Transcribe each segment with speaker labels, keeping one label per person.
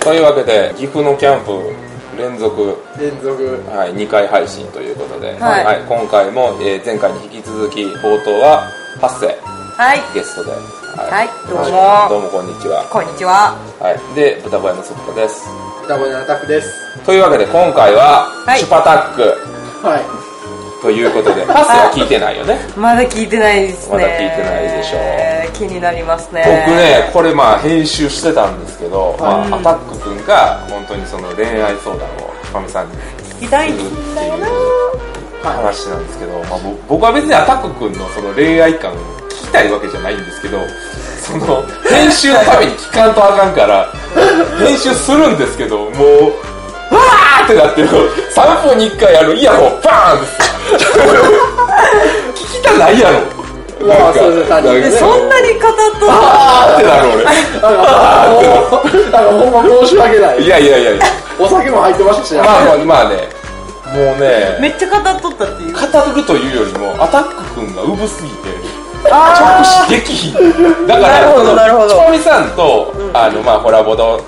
Speaker 1: というわけで岐阜のキャンプ連続、
Speaker 2: 連続
Speaker 1: はい、2回配信ということで、
Speaker 3: はい
Speaker 1: 今回も、えー前回に引き続き冒頭はハッセ
Speaker 3: はい
Speaker 1: ゲストで、はい
Speaker 3: はいどう
Speaker 1: ど
Speaker 3: も
Speaker 1: うもこんにちは、
Speaker 3: こんにちは
Speaker 1: はい、で豚小屋のすっぽです
Speaker 2: ダボのアタックです
Speaker 1: というわけで今回は、
Speaker 3: はい
Speaker 1: チュパタック
Speaker 2: はい
Speaker 1: ということ でハッセは聞いてないよね、
Speaker 3: まだ聞いてないですね
Speaker 1: まだ聞いてないでしょう
Speaker 3: ょ気になりますね
Speaker 1: 僕ねこれまあ編集してたんですけど、
Speaker 2: は
Speaker 1: まあ、アタック君が本当にその恋愛相談をかみさんに
Speaker 3: 聞きたいんだよな
Speaker 2: は
Speaker 1: 話なんですけど、まあ、ぼ僕は別にアタック君のその恋愛観を聞きたいわけじゃないんですけどその編集のために聞かんとあかんから編集するんですけどもううわーってなってる3分に1回あのイヤホンバーンです聞きたないやろ
Speaker 2: いまあそうですね単純に
Speaker 3: え
Speaker 2: ね
Speaker 3: そんなに語っと
Speaker 1: あーってなる
Speaker 2: だからほんま申し訳な
Speaker 1: 俺い
Speaker 2: い
Speaker 1: やいやいやいや
Speaker 2: お酒も入ってましたしね
Speaker 1: まあまあまあねもうね
Speaker 3: めっちゃ語っとったっていう
Speaker 1: 語るというよりもアタック君がうぶすぎて着手できひんだから
Speaker 3: なるほど
Speaker 1: その
Speaker 3: なるほど
Speaker 1: チュパミさんと、あのまあホラボド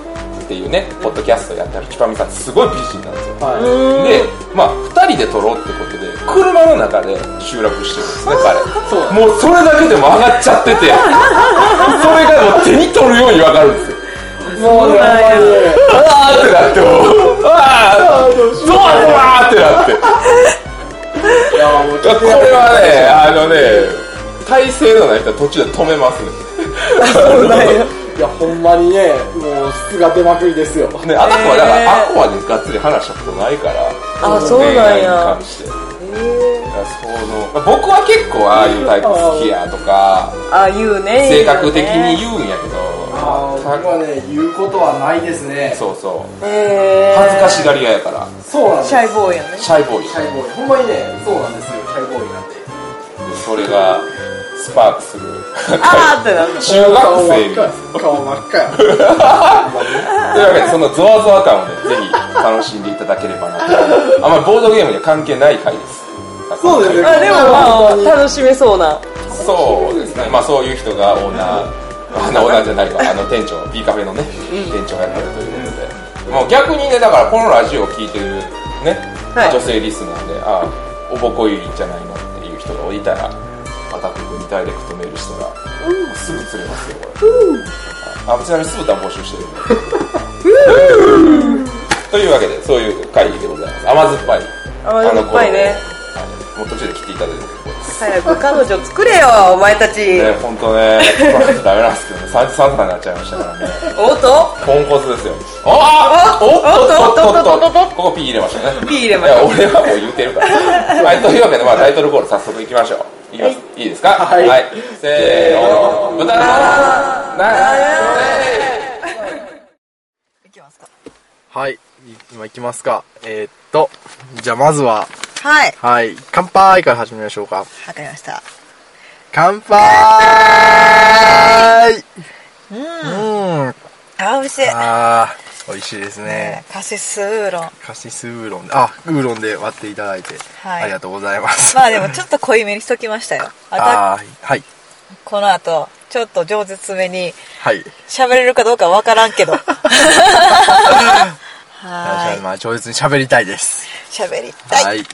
Speaker 1: っていうねポッドキャストやったらチュパミさんすごい美人なんですよ
Speaker 2: は
Speaker 1: でまあ2人で撮ろうってことで車の中で集落してるんですね
Speaker 2: いそう
Speaker 1: 彼もうそれだけでも上がっちゃっててそれがもう手に取るように分かるんですよ
Speaker 2: もうねほんまにね
Speaker 1: うわーってなってもううわ
Speaker 2: あ
Speaker 1: ー
Speaker 2: ーどうし
Speaker 1: ゾ
Speaker 2: よう
Speaker 1: ワーってなって
Speaker 2: いやもう
Speaker 1: いやこれはね、あのね、体勢のない人は途中で止めますね。
Speaker 2: いやほんまにねもう質が出まくりですよ
Speaker 1: ね、あたこはだから、あっこまでがっつり話したことないから、
Speaker 3: あそうなん
Speaker 1: 恋愛に
Speaker 3: や
Speaker 1: 関して。いやそのまあ僕は結構ああいうタイプ好きやとか、
Speaker 3: あ言うね
Speaker 1: 性格的に言うんやけど、
Speaker 2: ああ僕はね言うことはないですね
Speaker 1: そうそう、
Speaker 3: 言うね
Speaker 1: 恥ずかし
Speaker 3: が
Speaker 1: がり屋やから、
Speaker 2: そうなんです
Speaker 3: シャイボーイやね
Speaker 1: シャイボーイ
Speaker 2: シャイボーイほんまにねそうなんですよシャイボーイなんで
Speaker 1: それがスパークする。
Speaker 3: あーってなる
Speaker 1: 中学
Speaker 2: 顔
Speaker 1: 生
Speaker 2: 真っ
Speaker 1: に。
Speaker 2: 赤や顔真っ赤や
Speaker 1: というわけでそのゾワゾワ感をねぜひ楽しんでいただければなとあんまりボードゲームには関係ない回です
Speaker 2: そうですね
Speaker 3: あでもまあ楽しめそうな
Speaker 1: そうですねまあそういう人がオーナーあのオーナーじゃないわあの店長 B カフェのね店長がやってるということでもう逆にねだからこのラジオを聞いてるね、
Speaker 3: はい
Speaker 1: 女性リスナーであおぼこいりじゃないのっていう人がいたらまた僕にダイレクトメールしたら、すぐ釣れますよこれ、あちなみに酢豚募集してるんでというわけでそういう会議でございます甘酸っぱい
Speaker 3: 甘酸っぱいね
Speaker 1: あの頃あのもう途中で切っていただいてるところです
Speaker 3: 早く彼女作れよお前たち
Speaker 1: ね本当ねこの人ダメなんですけどね33歳になっちゃいましたからね
Speaker 3: おっと
Speaker 1: ポンコツですよあー
Speaker 3: お
Speaker 1: おっと
Speaker 3: お
Speaker 1: おっ
Speaker 3: っと
Speaker 1: と
Speaker 3: お
Speaker 1: お
Speaker 3: っとおっとお
Speaker 1: っとお
Speaker 3: っと
Speaker 1: っとここ P 入れましたね
Speaker 3: P 入れ
Speaker 1: い
Speaker 3: まし
Speaker 1: や
Speaker 3: た
Speaker 1: 俺はもう言うてるからはいというわけでまあタイトルコール早速いきましょういきますいいですか
Speaker 2: はい
Speaker 1: せーの豚な
Speaker 3: 行きますか
Speaker 2: はい、い今行きますか。えーっと、じゃあまずは、
Speaker 3: はい
Speaker 2: はい、乾杯から始めましょうか。
Speaker 3: わかりました
Speaker 2: 乾杯うん。
Speaker 3: あー美味しい
Speaker 2: あー、美味しいですね。
Speaker 3: カシスウーロン
Speaker 2: カシスウーロンで、あ、ウーロンで割っていただいて、
Speaker 3: はい
Speaker 2: ありがとうございます。
Speaker 3: まあでもちょっと濃いめにしときましたよあとは
Speaker 2: あー、はい、
Speaker 3: この後ちょっと饒舌めに
Speaker 2: はい。
Speaker 3: 喋れるかどうかわからんけ どは
Speaker 2: 私はまあ、上手に喋りたいです。
Speaker 3: い喋りたい、
Speaker 2: い。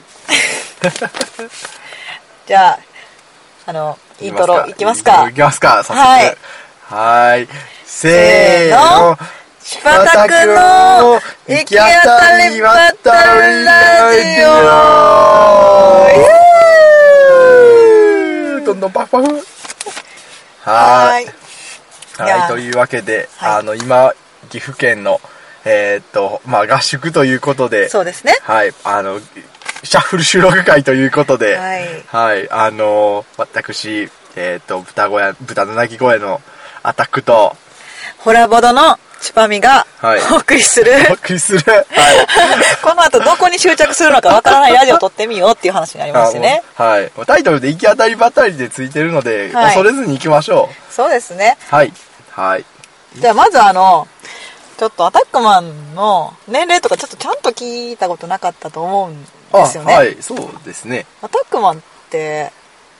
Speaker 3: じゃああのイントロいきますか
Speaker 2: いきますか、早速。
Speaker 3: はい。
Speaker 2: はい。せーの。
Speaker 3: 柴田くんの行き当たりばったり
Speaker 2: ジ
Speaker 3: ラ
Speaker 2: オどんどんパフパフは
Speaker 3: は
Speaker 2: ーい
Speaker 3: い
Speaker 2: はい
Speaker 3: や
Speaker 2: というわけで、
Speaker 3: はい
Speaker 2: あの今岐阜県のえーっとまあ合宿ということで
Speaker 3: そうですね
Speaker 2: はいあのシャッフル収録会ということで
Speaker 3: はい
Speaker 2: はいあの私えーっと豚小屋豚の鳴き声のアタックと
Speaker 3: ホラボドのチュパミが
Speaker 2: はい
Speaker 3: お送りす る、
Speaker 2: お送りする
Speaker 3: この後どこに執着するのかわからないラジオ撮ってみようっていう話になりま
Speaker 2: あ
Speaker 3: してね
Speaker 2: もうはい。もうタイトルで行き当たりばったりでついてるので、
Speaker 3: はい
Speaker 2: 恐れずに行きましょう。
Speaker 3: そうですね
Speaker 2: はい。はい。
Speaker 3: じゃあまずあのちょっとアタックマンの年齢とかちょっとちゃんと聞いたことなかったと思うんですよね、
Speaker 2: はい。そうですね。
Speaker 3: アタックマンって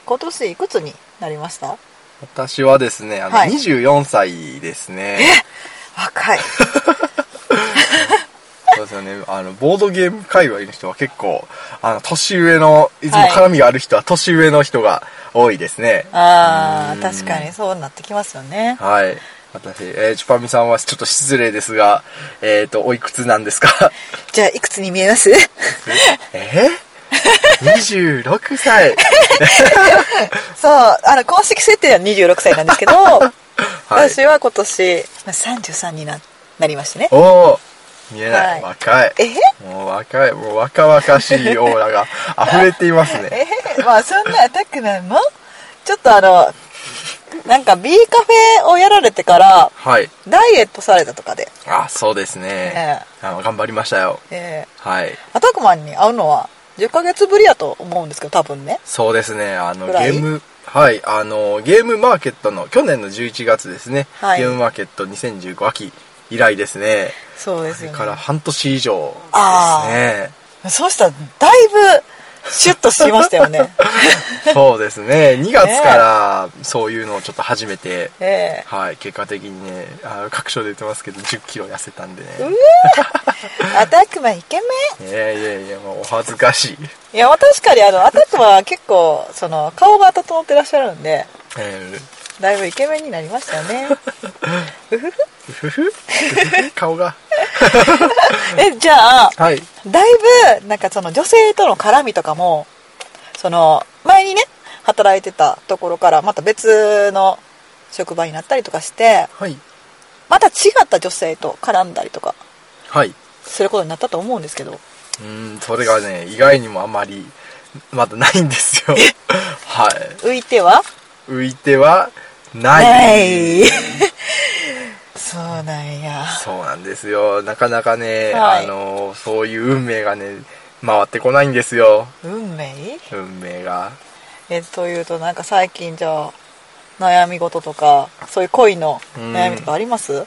Speaker 3: 今年いくつになりました
Speaker 2: 私はですね、あの、
Speaker 3: はい
Speaker 2: 24歳ですね。
Speaker 3: 若い
Speaker 2: そうですよね。あの、ボードゲーム界隈の人は結構、あの、年上の、いつも絡みがある人は年上の人が多いですね。
Speaker 3: ああ確かにそうなってきますよね
Speaker 2: はい。私、えー、チュパミさんはちょっと失礼ですが、えっ、と、おいくつなんですか
Speaker 3: じゃあいくつに見えます
Speaker 2: え ー、?26 歳。
Speaker 3: そうあの公式設定は26歳なんですけど、
Speaker 2: はい
Speaker 3: 私は今年まあ33にななりましてね
Speaker 2: おー見えない。
Speaker 3: はい
Speaker 2: 若い。
Speaker 3: え
Speaker 2: もう若い、もう若々しいオー ラが溢れていますね。
Speaker 3: えーまあそんなアタックマンもちょっとあのなんか B カフェをやられてから
Speaker 2: はい。
Speaker 3: ダイエットされたとかで、
Speaker 2: あ、そうですね。あの頑張りましたよ。
Speaker 3: えー
Speaker 2: はい。
Speaker 3: アタックマンに会うのは10ヶ月ぶりやと思うんですけど多分ね
Speaker 2: そうですね。あの、ゲ
Speaker 3: ぐらい
Speaker 2: ーム、はい。あの、ゲームマーケットの、去年の11月ですね。
Speaker 3: はい
Speaker 2: ゲームマーケット2015秋以来ですね。
Speaker 3: そうで
Speaker 2: そ
Speaker 3: す
Speaker 2: れ
Speaker 3: よね
Speaker 2: から半年以上
Speaker 3: あ
Speaker 2: ですね。
Speaker 3: そうしたらだいぶシュッとしましたよ ね
Speaker 2: そうですね。2月から、そういうのをちょっと始めて、
Speaker 3: ええ
Speaker 2: はい。結果的にね、あの各所で言ってますけど、10キロ痩せたんでね。
Speaker 3: アタックマンイケメ
Speaker 2: いやいやいや、もうお恥ずかしい。
Speaker 3: ンいやまあ確かにあのアタックマンは結構その顔が整ってらっしゃるんで
Speaker 2: えー
Speaker 3: だいぶイケメンになりましたよ ね
Speaker 2: 顔が。
Speaker 3: えじゃあ
Speaker 2: はい。
Speaker 3: だいぶなんかその女性との絡みとかもその前にね働いてたところからまた別の職場になったりとかして
Speaker 2: はい。
Speaker 3: また違った女性と絡んだりとか
Speaker 2: はい。
Speaker 3: することになったと思うんですけど
Speaker 2: うん、それがね、意外にもあんまり、まだないんですよ。はい。
Speaker 3: 浮いては
Speaker 2: 浮いては、ない。
Speaker 3: ない そうなんや
Speaker 2: そうなんですよ。なかなかね、
Speaker 3: はい
Speaker 2: あの、そういう運命がね、回ってこないんですよ。
Speaker 3: 運命
Speaker 2: 運命が。
Speaker 3: えというとなんか最近じゃあ悩み事とかそういう恋の悩みとかあります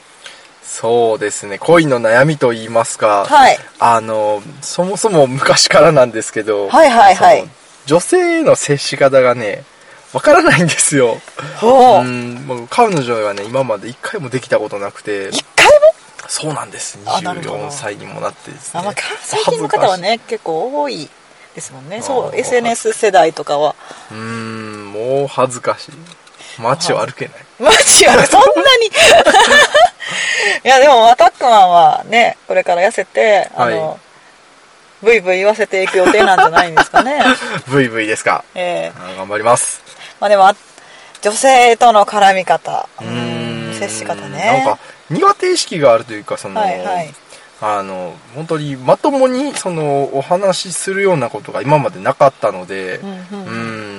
Speaker 2: そうですね、恋の悩みと言いますか、
Speaker 3: はい
Speaker 2: あの、そもそも昔からなんですけど、
Speaker 3: はいはいはい
Speaker 2: その女性への接し方がね、わからないんですよ。
Speaker 3: ほう
Speaker 2: うん、もう彼女はね、今まで一回もできたことなくて、
Speaker 3: 一回も
Speaker 2: そうなんです。
Speaker 3: あなるほど
Speaker 2: 24歳にもなってですね。
Speaker 3: あまあ、最近の方はね結構多いですもんねそ
Speaker 2: あ
Speaker 3: う
Speaker 2: ー
Speaker 3: SNS 世代とかは
Speaker 2: 恥ずかしい。うん、もう恥ずかしい。街を歩けない。
Speaker 3: マジ やそんなに いやでもアタックマンはねこれから痩せてあの、
Speaker 2: は
Speaker 3: ブイブイ言わせていく予定なんじゃないんですか ね
Speaker 2: ブイブイですか。
Speaker 3: ええ
Speaker 2: あ頑張ります。
Speaker 3: まあでもあ女性との絡み方う
Speaker 2: う
Speaker 3: ーん接し方ね
Speaker 2: なんか、苦手意識があるというか、その、
Speaker 3: はいはい
Speaker 2: あの、本当にまともに、その、お話しするようなことが今までなかったので、
Speaker 3: うんうん
Speaker 2: う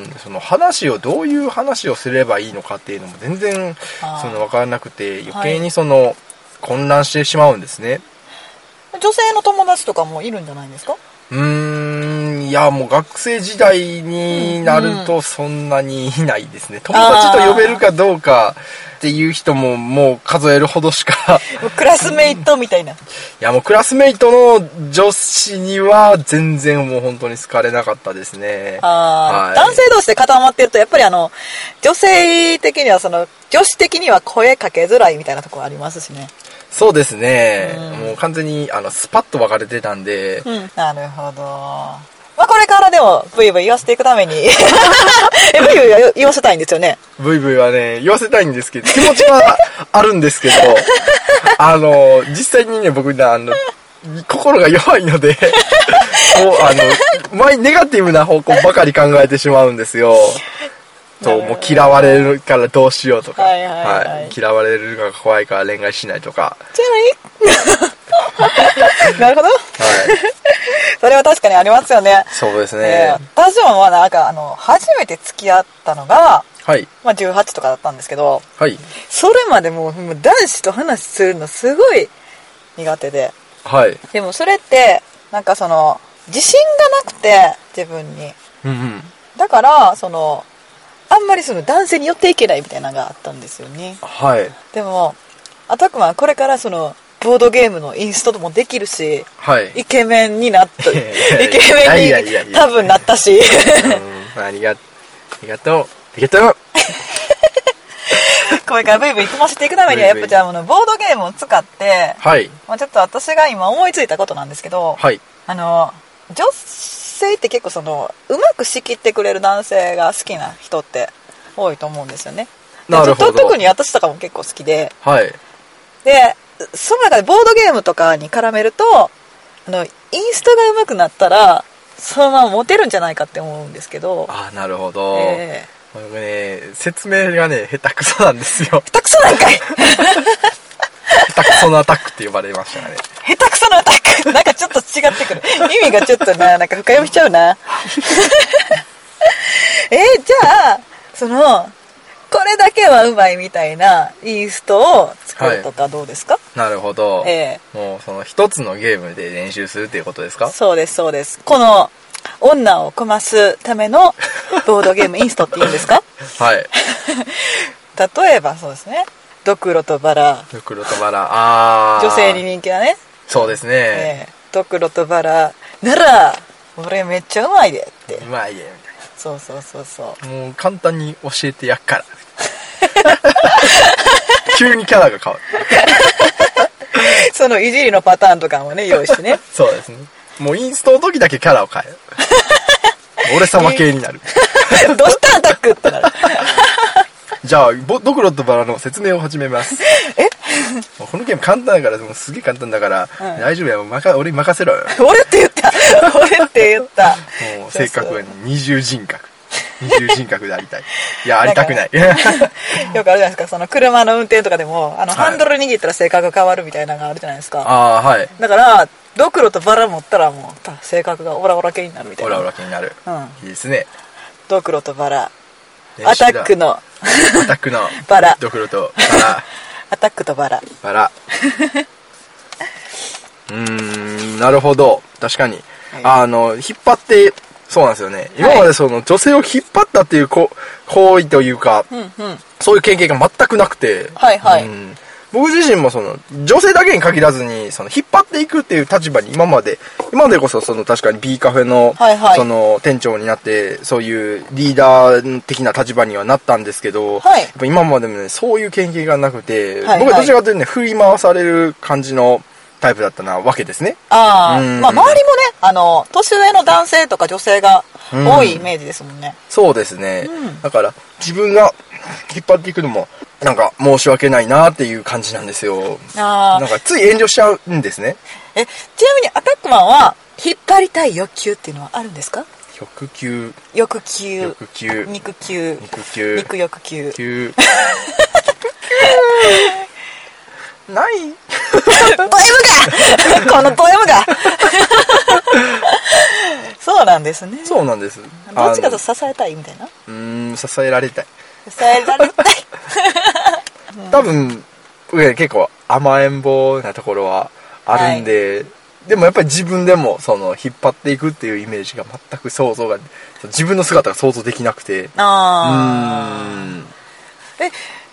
Speaker 2: んその話を、どういう話をすればいいのかっていうのも全然、
Speaker 3: あー
Speaker 2: その、わからなくて、余計
Speaker 3: は
Speaker 2: にその、混乱してしまうんですね。
Speaker 3: 女性の友達とかもいるんじゃないですか
Speaker 2: うーん、いや、もう学生時代になるとそんなにいないですね。友達と呼べるかどうかっていう人ももう数えるほどし か。
Speaker 3: クラスメイトみたいない
Speaker 2: や、もうクラスメイトの女子には全然もう本当に好かれなかったですね。
Speaker 3: あー
Speaker 2: はい
Speaker 3: 男性同士で固まってるとやっぱりあの女性的にはその女子的には声かけづらいみたいなところありますしね
Speaker 2: そうですね。
Speaker 3: うん
Speaker 2: もう完全にあのスパッと分かれてたんで、
Speaker 3: うんなるほどまあこれからでもブイブイ言わせていくために えブイブイは言わせたいんですよね
Speaker 2: ブイブイはね、言わせたいんですけど、気持ちはあるんです けど、あの、実際にね、僕ね、あの、心が弱いの で、こう、あの、前、ネガティブな方向ばかり考えてしまうんですよ。そう、もう嫌われるからどうしようとか、
Speaker 3: はいはいはい
Speaker 2: 嫌われるのが怖いから恋愛しないとか、
Speaker 3: じゃ ないなるほど
Speaker 2: はい。
Speaker 3: それは確かにありますよね
Speaker 2: そうです
Speaker 3: え
Speaker 2: ね
Speaker 3: ー。私もまあなんかあの初めて付き合ったのが、
Speaker 2: はい、
Speaker 3: まあ、18とかだったんですけど
Speaker 2: はい、
Speaker 3: それまでもうもう男子と話するのすごい苦手で
Speaker 2: はい。
Speaker 3: でもそれってなんかその自信がなくて自分に
Speaker 2: うんうん。
Speaker 3: だからそのあんまりその男性に寄っていけないみたいなのがあったんですよね
Speaker 2: はい、
Speaker 3: でもアタックマンはこれからそのボードゲームのインストもできるし
Speaker 2: はい。
Speaker 3: イケメンになったイ
Speaker 2: いやいやいや
Speaker 3: ケ
Speaker 2: いやいや
Speaker 3: メン
Speaker 2: い
Speaker 3: に
Speaker 2: や
Speaker 3: 多分なった し
Speaker 2: うんありが、ありがとう、ありがとう。
Speaker 3: これからブイブイ組ませていくためにはやっぱじゃああのボードゲームを使って、
Speaker 2: はい。
Speaker 3: まあ、ちょっと私が今思いついたことなんですけど、
Speaker 2: はい。
Speaker 3: あの女性って結構そのうまく仕切ってくれる男性が好きな人って多いと思うんですよねで
Speaker 2: なるほど
Speaker 3: と特に私とかも結構好きで
Speaker 2: はい。
Speaker 3: でその中でボードゲームとかに絡めるとあのインストが上手くなったらそのままモテるんじゃないかって思うんですけど
Speaker 2: ああ、なるほど。
Speaker 3: ええ
Speaker 2: 僕ね、説明がね、下手くそなんです よ。
Speaker 3: 下手くそなんかい
Speaker 2: 下手くそのアタックって呼ばれましたね。
Speaker 3: 下手くそのアタックなんかちょっと違ってくる意味がちょっとななんか深読みしちゃうな えじゃあそのこれだけはうまいみたいなインストを作るとかどうですか、
Speaker 2: なるほど。
Speaker 3: え
Speaker 2: もうその一つのゲームで練習するっていうことですか
Speaker 3: そうですそうですこの女をこますためのボードゲームインストって言うんですか
Speaker 2: はい。
Speaker 3: 例えばそうですねドクロとバラ
Speaker 2: 袋とバラ、あー
Speaker 3: 女性に。人気だね、
Speaker 2: そうですね。
Speaker 3: ええドクロとバラなら俺めっちゃうまいでって
Speaker 2: うまいね、みたい
Speaker 3: そうそうそうそう
Speaker 2: な。もう簡単に教えてやっ から。急にキャラが変わる。
Speaker 3: そのいじりのパターンとかもね用意してね
Speaker 2: そうですね。もうインストの時だけキャラを変える。俺様系になる。
Speaker 3: どうしたアタックってなる
Speaker 2: じゃあ、ぼドクロとバラの説明を始め ます。えこのゲーム簡単だから、もうすげえ簡単だから、
Speaker 3: うん
Speaker 2: 大丈夫や、まか俺に任せろよ。
Speaker 3: 俺って言った俺って言った
Speaker 2: もう性格は
Speaker 3: そう
Speaker 2: 二重人格。二重人格でありたい。いや、ありたくない。
Speaker 3: そうよくあるじゃないですかその車の運転とかでもあの、
Speaker 2: はい
Speaker 3: ハンドル握ったら性格が変わるみたいなのがあるじゃないですか
Speaker 2: ああ、はい。
Speaker 3: だからドクロとバラ持ったらもうた性格がオラオラ系になるみたい
Speaker 2: オ
Speaker 3: な
Speaker 2: ラオラ気になる。
Speaker 3: うん
Speaker 2: いいですね。
Speaker 3: ドクロとバラ
Speaker 2: 練
Speaker 3: ア
Speaker 2: 習
Speaker 3: タ
Speaker 2: だ
Speaker 3: ック。の
Speaker 2: アタックの。
Speaker 3: バラ
Speaker 2: ドクロとバラ。
Speaker 3: アタックとバラ
Speaker 2: バラ。 うーん、なるほど。確かに。
Speaker 3: はい
Speaker 2: あの、引っ張って、そうなんですよね。今までその女性を引っ張ったっていうこ行為というか、
Speaker 3: うんうん
Speaker 2: そういう経験が全くなくて。
Speaker 3: はいはい
Speaker 2: うん僕自身もその、女性だけに限らずに、その、引っ張っていくっていう立場に今まで、今までこそその、確かに B カフェの、
Speaker 3: はいはい
Speaker 2: その、店長になって、そういうリーダー的な立場にはなったんですけど、
Speaker 3: はい
Speaker 2: やっぱ今までもね、そういう経験がなくて、
Speaker 3: はいはい
Speaker 2: 僕はどちらかというとね、振り回される感じのタイプだったな、わけですね。
Speaker 3: あ
Speaker 2: う
Speaker 3: あ
Speaker 2: ん
Speaker 3: まあ周りもねあの年上の男性とか女性が多いイメージですもんね、
Speaker 2: そうですね。
Speaker 3: うん
Speaker 2: だから、自分が引っ張っていくのも、なんか申し訳ないなっていう感じなんですよ。
Speaker 3: ああ
Speaker 2: なんかつい遠慮しちゃうんですね。
Speaker 3: えちなみにアタックマンは引っ張りたい欲求っていうのはあるんですか
Speaker 2: 欲求、
Speaker 3: 欲求
Speaker 2: 欲求
Speaker 3: 肉球
Speaker 2: 肉球、
Speaker 3: 肉欲求
Speaker 2: 球。 ない
Speaker 3: ド M がこのド M がそうなんですね
Speaker 2: そうなんです。
Speaker 3: どっちかと
Speaker 2: あ
Speaker 3: 支えたいみたいな
Speaker 2: のうーん、支えられたい。
Speaker 3: 支えられたい
Speaker 2: 多分、僕ね結構甘えん坊なところはあるんで、でもやっぱり自分でもその引っ張っていくっていうイメージが全く想像が、自分の姿が想像できなくて。う
Speaker 3: あ
Speaker 2: ーん。
Speaker 3: あえ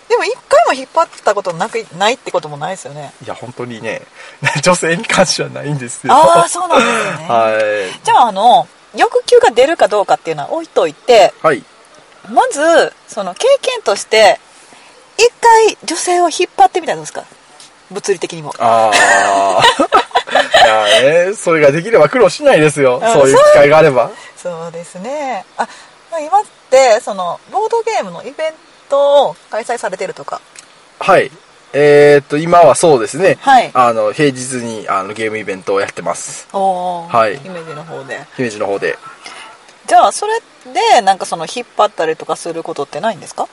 Speaker 3: でも一回も引っ張ったことなくないってこともないですよね
Speaker 2: いや、本当にね、 女性に関してはないんですよ。
Speaker 3: ああそうなんですね、
Speaker 2: はい。
Speaker 3: じゃああの欲求が出るかどうかっていうのは置いといて
Speaker 2: はい。
Speaker 3: まずその経験として一回女性を引っ張ってみたらどうですか物理的にも
Speaker 2: ああ。 いやね、それができれば苦労しないですよ。
Speaker 3: あ
Speaker 2: そういう機会があれば。
Speaker 3: そうですねあまあ今ってそのボードゲームのイベントを開催されてるとか
Speaker 2: はい。えー、っと、今はそうですね。
Speaker 3: はい
Speaker 2: あの、平日にあのゲームイベントをやってます。
Speaker 3: おー
Speaker 2: はい
Speaker 3: 姫路の方で
Speaker 2: 姫路の方で。
Speaker 3: じゃあそれでなんかその引っ張ったりとかすることってないんですか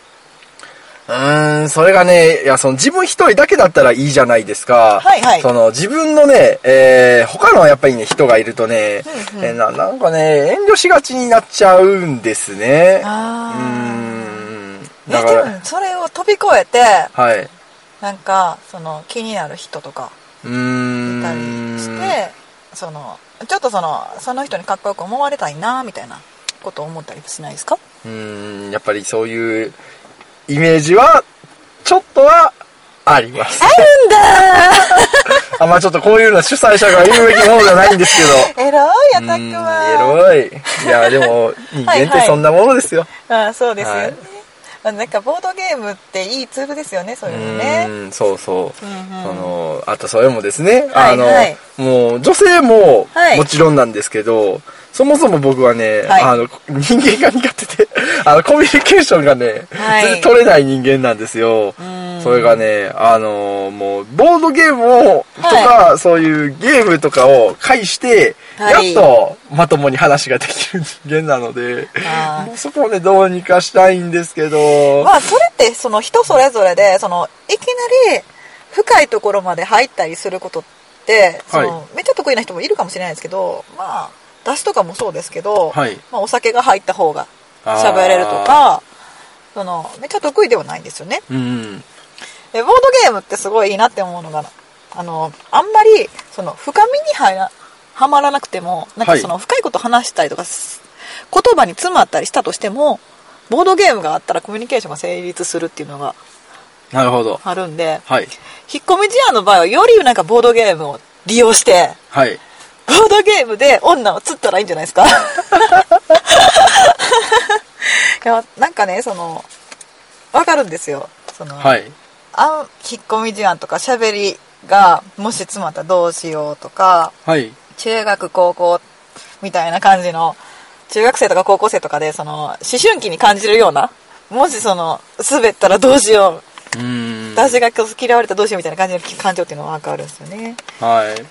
Speaker 2: うーん、それがね、いや、その自分一人だけだったらいいじゃないですか。
Speaker 3: はいはい
Speaker 2: その自分のね、えー、他のやっぱりね、人がいるとね、
Speaker 3: うんうん
Speaker 2: えーな、なんかね、遠慮しがちになっちゃうんですね。う
Speaker 3: あ
Speaker 2: ーん。
Speaker 3: あ
Speaker 2: だから、
Speaker 3: でもそれを飛び越えて
Speaker 2: はい。う
Speaker 3: なんかその気になる人とか
Speaker 2: ーん。
Speaker 3: たりしてそのちょっとそのその人にかっこよく思われたいなみたいなことを思ったりしないですか
Speaker 2: うーん、やっぱりそういうイメージは、ちょっとは、あります。
Speaker 3: んだ
Speaker 2: あ、まあちょっとこういうのは主催者が言うべきものじゃないんですけど。
Speaker 3: ーエロいア
Speaker 2: う
Speaker 3: タ
Speaker 2: ーん、
Speaker 3: ッ
Speaker 2: エ
Speaker 3: クは
Speaker 2: ロい。いや、でも、人間ってそんなものですよ。
Speaker 3: あーそうですよね、
Speaker 2: はい
Speaker 3: あのなんかボードゲームっていいツールですよねそういうのね
Speaker 2: うんそうそう、
Speaker 3: うんうん
Speaker 2: そのあとそれもですね、
Speaker 3: はいはい
Speaker 2: あのもう女性も
Speaker 3: はい
Speaker 2: もちろんなんですけど、そもそも僕はね、
Speaker 3: はい
Speaker 2: あの人間が苦手で あのコミュニケーションがね、
Speaker 3: はい
Speaker 2: 全然取れない人間なんですよ
Speaker 3: ん
Speaker 2: それがねあのもうボードゲームをとか、
Speaker 3: は
Speaker 2: そういうゲームとかを介して、
Speaker 3: はい
Speaker 2: やっとまともに話ができる人間なので
Speaker 3: あー
Speaker 2: もうそこをねどうにかしたいんですけど、
Speaker 3: まあそれってその人それぞれでそのいきなり深いところまで入ったりすることってその、
Speaker 2: は
Speaker 3: めっちゃ得意な人もいるかもしれないですけどまあ出汁とかもそうですけど、
Speaker 2: はい
Speaker 3: まあ、お酒が入った方が
Speaker 2: あー
Speaker 3: 喋れるとかそのめっちゃ得意ではないんですよね。
Speaker 2: うん
Speaker 3: でボードゲームってすごいいいなって思うのがあのあんまりその深みにはらはまらなくてもなん
Speaker 2: は
Speaker 3: か
Speaker 2: い
Speaker 3: その深いこと話したりとか、す言葉に詰まったりしたとしてもボードゲームがあったらコミュニケーションが成立するっていうのが
Speaker 2: なるほど。
Speaker 3: あるんで
Speaker 2: はい。
Speaker 3: 引っ込み思案の場合はよりなんかボードゲームを利用して
Speaker 2: はい。
Speaker 3: ボードゲームで女を釣ったらいいんじゃないで すかいやなんかねそのわかるんですよその、
Speaker 2: はい。
Speaker 3: あん引っ込み思案とか喋りがもし詰まったらどうしようとか
Speaker 2: はい。
Speaker 3: 中学高校みたいな感じの中学生とか高校生とかでその思春期に感じるようなもしその滑ったらどうしよう
Speaker 2: うーん。
Speaker 3: 私が嫌われたらどうしようみたいな感じの感情っていうのは分かるんですよね
Speaker 2: はい。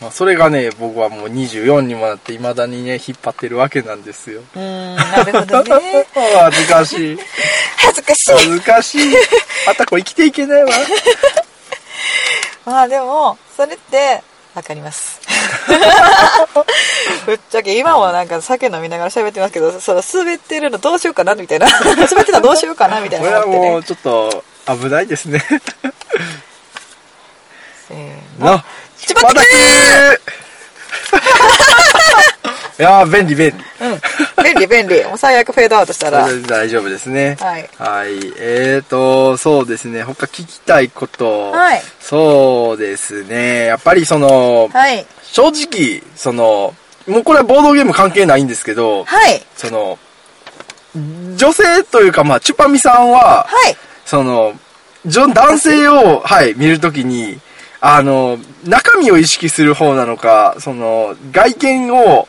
Speaker 2: まあ、それがね、僕はもう24にもなって、未だにね、引っ張ってるわけなんですよ。
Speaker 3: うーんなるほどね
Speaker 2: 恥ずかしい。
Speaker 3: 恥ずかしい
Speaker 2: 恥ずかしい。あたこ生きていけないわ。
Speaker 3: まあでもそれって分かります ぶっちゃけ今もなんか酒飲みながら喋ってますけどその滑ってるのどうしようかなみたいな 滑ってたらどうしようかなみたい
Speaker 2: これ
Speaker 3: なの
Speaker 2: は
Speaker 3: って
Speaker 2: もう
Speaker 3: ね
Speaker 2: ちょっと危ないです ね。
Speaker 3: せーの
Speaker 2: な、
Speaker 3: ちばたき
Speaker 2: ー いやー、便利便利。
Speaker 3: 便利便利もう最悪フェードアウトしたら
Speaker 2: それで大丈夫ですね。
Speaker 3: はい
Speaker 2: はい。えーと、そうですね。他聞きたいこと。
Speaker 3: はい
Speaker 2: そうですね。やっぱりその、
Speaker 3: はい
Speaker 2: 正直、その、もうこれはボードゲーム関係ないんですけど、
Speaker 3: はい
Speaker 2: その、女性というか、まあ、チュパミさんは、
Speaker 3: はい
Speaker 2: その、じょ男性を、はい、見るときに、あの、中身を意識する方なのか、その、外見を、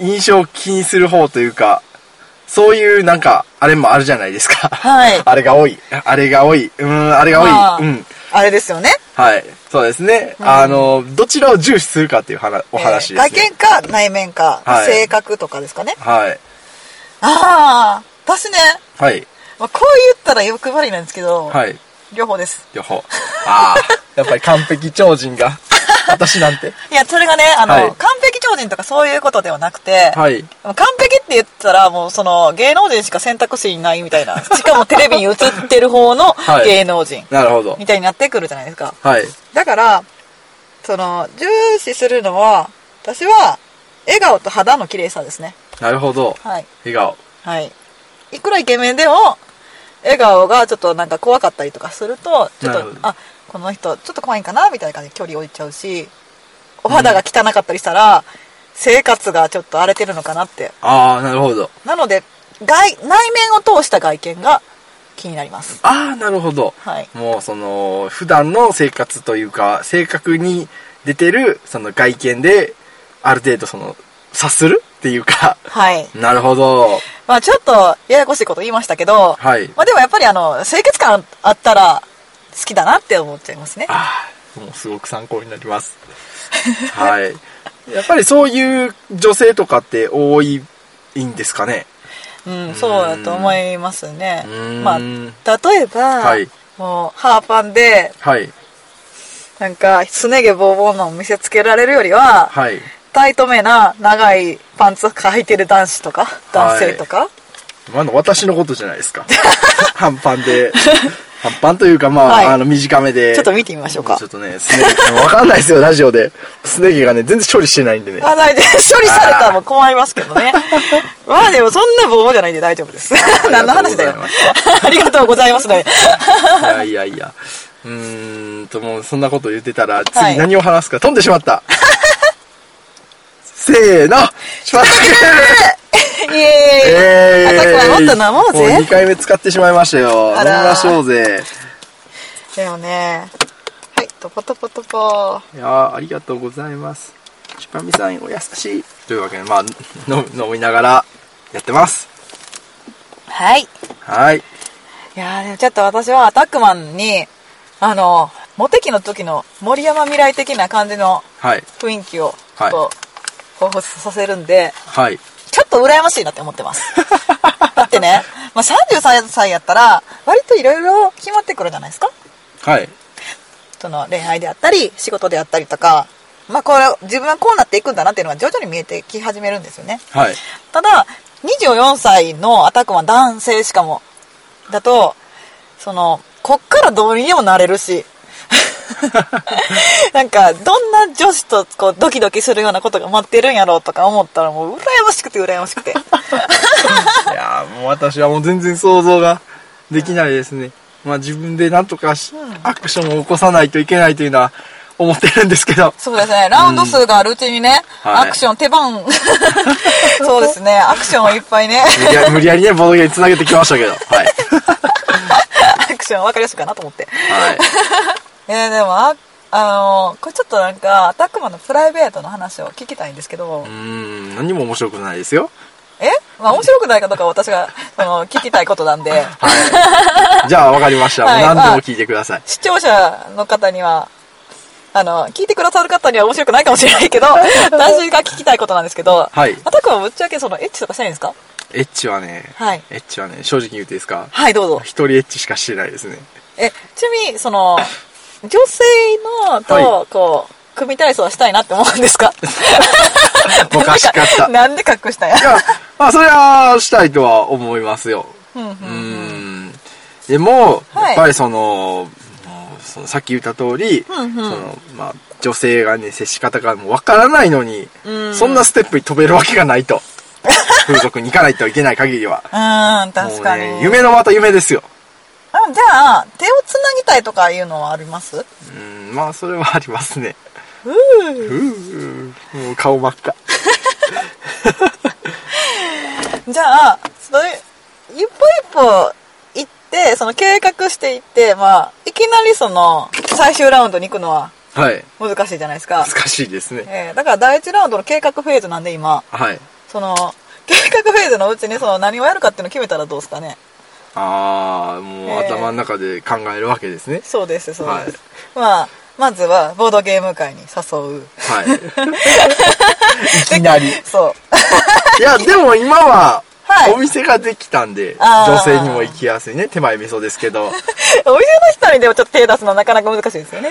Speaker 2: 印象を気にする方というか、そういうなんか、あれもあるじゃないですか。
Speaker 3: は い
Speaker 2: あれが多い。あれが多い。うーん、あれが多い。
Speaker 3: まあ
Speaker 2: うん。
Speaker 3: あれですよね
Speaker 2: はい。そうですね。あの、どちらを重視するかっていう話お話
Speaker 3: え
Speaker 2: で
Speaker 3: ー
Speaker 2: す
Speaker 3: 外
Speaker 2: ね。
Speaker 3: 見か内面か、
Speaker 2: はい
Speaker 3: 性格とかですかね
Speaker 2: はい。
Speaker 3: ああ私ね、
Speaker 2: はい。
Speaker 3: まあ、こう言ったら欲張りなんですけど、
Speaker 2: はい。
Speaker 3: 両方です
Speaker 2: 両方。ああ。やっぱり完璧超人 が。私なんて。
Speaker 3: いや、それがね、あの、
Speaker 2: はい
Speaker 3: 完璧超人とかそういうことではなくて、
Speaker 2: はい。
Speaker 3: 完璧って言ったら、もうその、芸能人しか選択肢いないみ たいな、しかもテレビに映ってる方の
Speaker 2: はい
Speaker 3: 芸能人、
Speaker 2: なるほど
Speaker 3: み。たいになってくるじゃないですか。
Speaker 2: はい。
Speaker 3: だから、その、重視するのは、私は、笑顔と肌の綺麗さですね。
Speaker 2: なるほど。
Speaker 3: はい。
Speaker 2: 笑顔。
Speaker 3: はい。いくらイケメンでも、笑顔がちょっとなんか怖かったりとかすると、ちょっ
Speaker 2: なる
Speaker 3: と
Speaker 2: ほ、ど
Speaker 3: あ、この人ちょっと怖いんかなみたいな感じで距離置いちゃうし、お肌が汚かったりしたら、生活がちょっと荒れてるのかなって。
Speaker 2: ああ、なるほど。
Speaker 3: なので、外、内面を通した外見が気になります。
Speaker 2: ああ、なるほど。
Speaker 3: はい
Speaker 2: もうその、普段の生活というか、性格に出てる、その外見で、ある程度その、察するっていう か。
Speaker 3: はい。
Speaker 2: なるほど。
Speaker 3: まあちょっと、ややこしいこと言いましたけど、
Speaker 2: はい
Speaker 3: まあでもやっぱりあの、清潔感あったら、好きだなって思っちゃいますね。
Speaker 2: ああ、もうすごく参考になります。はい。やっぱりそういう女性とかって多い、いいんですかね。
Speaker 3: うん、そうだと思いますね
Speaker 2: うー。ん
Speaker 3: まあ、例えば、
Speaker 2: はい
Speaker 3: もう、ハーパンで、
Speaker 2: はい。
Speaker 3: なんか、すね毛ボーボーの見せつけられるよりは、
Speaker 2: はい。
Speaker 3: タイトめな長いパンツ履いてる男子とか、男性とか、
Speaker 2: まだ私のことじゃないです か。半パンで。半パンというか、まあ、
Speaker 3: はい
Speaker 2: あの、短めで。
Speaker 3: ちょっと見てみましょうか
Speaker 2: ちょ。っとね、すね毛、わかんないですよ、ラジオで。すね毛がね、全然処理してない んでね。
Speaker 3: あ、ないで、処理されたらもう困りますけ どね。まあでも、そんなボーボーじゃないんで大丈夫です。何の話だよ。ありがとうございますね。
Speaker 2: いやいやいや。うーんと、もうそんなこと言ってたら、次何を話すか、飛 んでしまった。せーの、しまったけ
Speaker 3: イエーイ
Speaker 2: ええ
Speaker 3: 朝からもっと飲もうぜ
Speaker 2: もう2回目使ってしまいましたよ。飲
Speaker 3: あ
Speaker 2: み
Speaker 3: ら
Speaker 2: ましょうぜ。
Speaker 3: だよねはいトポトポトポ
Speaker 2: いやーありがとうございます。チュパミさんお優しい。というわけで、まあ、飲み飲みながらやってます。
Speaker 3: はいい
Speaker 2: はい。
Speaker 3: やーでもちょっと私はアタックマンにあのモテ期の時の森山未来的な感じの
Speaker 2: はい。
Speaker 3: 雰囲気をちょ
Speaker 2: は
Speaker 3: っ
Speaker 2: い
Speaker 3: と彷彿させるんで、
Speaker 2: はい。
Speaker 3: ちょっと羨ましいなって思って ますだってね、まあ、33歳やったら割といろいろ決まってくるじゃないですか
Speaker 2: はい。
Speaker 3: その恋愛であったり仕事であったりとか、まあ、これ自分はこうなっていくんだなっていうのが徐々に見えてき始めるんですよね
Speaker 2: はい。
Speaker 3: ただ24歳のアタックマン男性しかもだとそのこっからどうにでもなれ るしなんかどんな女子とこうドキドキするようなことが待ってるんやろうとか思ったらもう羨ましくて羨ましく て
Speaker 2: いやーもう私はもう全然想像ができないですね。まあ自分でなんとかしアクションを起こさないといけないというのは思ってるんですけど。
Speaker 3: そうですねラウンド数があるうちにね、
Speaker 2: はい
Speaker 3: アクション手 番そうですねアクションをいっぱいね
Speaker 2: 無理や無理やりね、ボードゲームに繋げてきましたけど。はい。
Speaker 3: アクション分かりやすいかなと思って
Speaker 2: はい。
Speaker 3: えーでもああのこれちょっとなんかアタックマンのプライベートの話を聞きたいんですけど、
Speaker 2: うーん、何も面白くないですよ。
Speaker 3: えまあ面白くないかどうかは私がその聞きたいことなんで
Speaker 2: はい。じゃあ分かりました。
Speaker 3: はい
Speaker 2: もう何でも聞いてください。
Speaker 3: 視聴者の方にはあの聞いてくださる方には面白くないかもしれな いけど私が聞きたいことなんですけど、
Speaker 2: はい
Speaker 3: アタックマンぶっちゃけそのエッチとかしないんですか
Speaker 2: エッチはね、
Speaker 3: はい
Speaker 2: エッチはね、正直言っていいですか
Speaker 3: はいどうぞ
Speaker 2: 一人エッチしかしてないですね。
Speaker 3: えちなみにその女性の
Speaker 2: は
Speaker 3: とこう組体操はしたいなって思うんで すか
Speaker 2: おかしかった。い
Speaker 3: なんで隠したんや
Speaker 2: や、まあそれはしたいとは思いますよ。
Speaker 3: うんうん
Speaker 2: うーんでも、
Speaker 3: はい
Speaker 2: やっぱりその、もうそのさっき言った通り、
Speaker 3: んうん
Speaker 2: そのまあ、女性がね、接し方がもうわからないのに、
Speaker 3: うん
Speaker 2: そんなステップに飛べるわけが ないと。風俗に行かないといけない限りは。
Speaker 3: うん確かに、
Speaker 2: もうね、夢のまた夢ですよ。
Speaker 3: あじゃあ手をつなぎたいとかいうのはあります
Speaker 2: うん、まあ、それはありますね。うーもう顔真っ赤。
Speaker 3: じゃあそれ一歩一歩行ってその計画していって、まあ、いきなりその最終ラウンドに行くのは
Speaker 2: はい。
Speaker 3: 難しいじゃないですか、
Speaker 2: 難しいですね。
Speaker 3: えーだから第1ラウンドの計画フェーズなんで今
Speaker 2: はい。
Speaker 3: その 計画フェーズのうちにその何をやるかっていうのを決めたらどうですかね
Speaker 2: ああ、もう
Speaker 3: えー
Speaker 2: 頭の中で考えるわけですね。
Speaker 3: そうですそうです、まあまずはボードゲーム会に誘う
Speaker 2: はい。い きなり。
Speaker 3: そう
Speaker 2: いや、でも今は
Speaker 3: はい、
Speaker 2: お店ができたんで、
Speaker 3: あー
Speaker 2: 女性にも行きやすいね。手前味噌ですけ ど。
Speaker 3: お店の人にでもちょっと手出すのはなかなか難しいですよね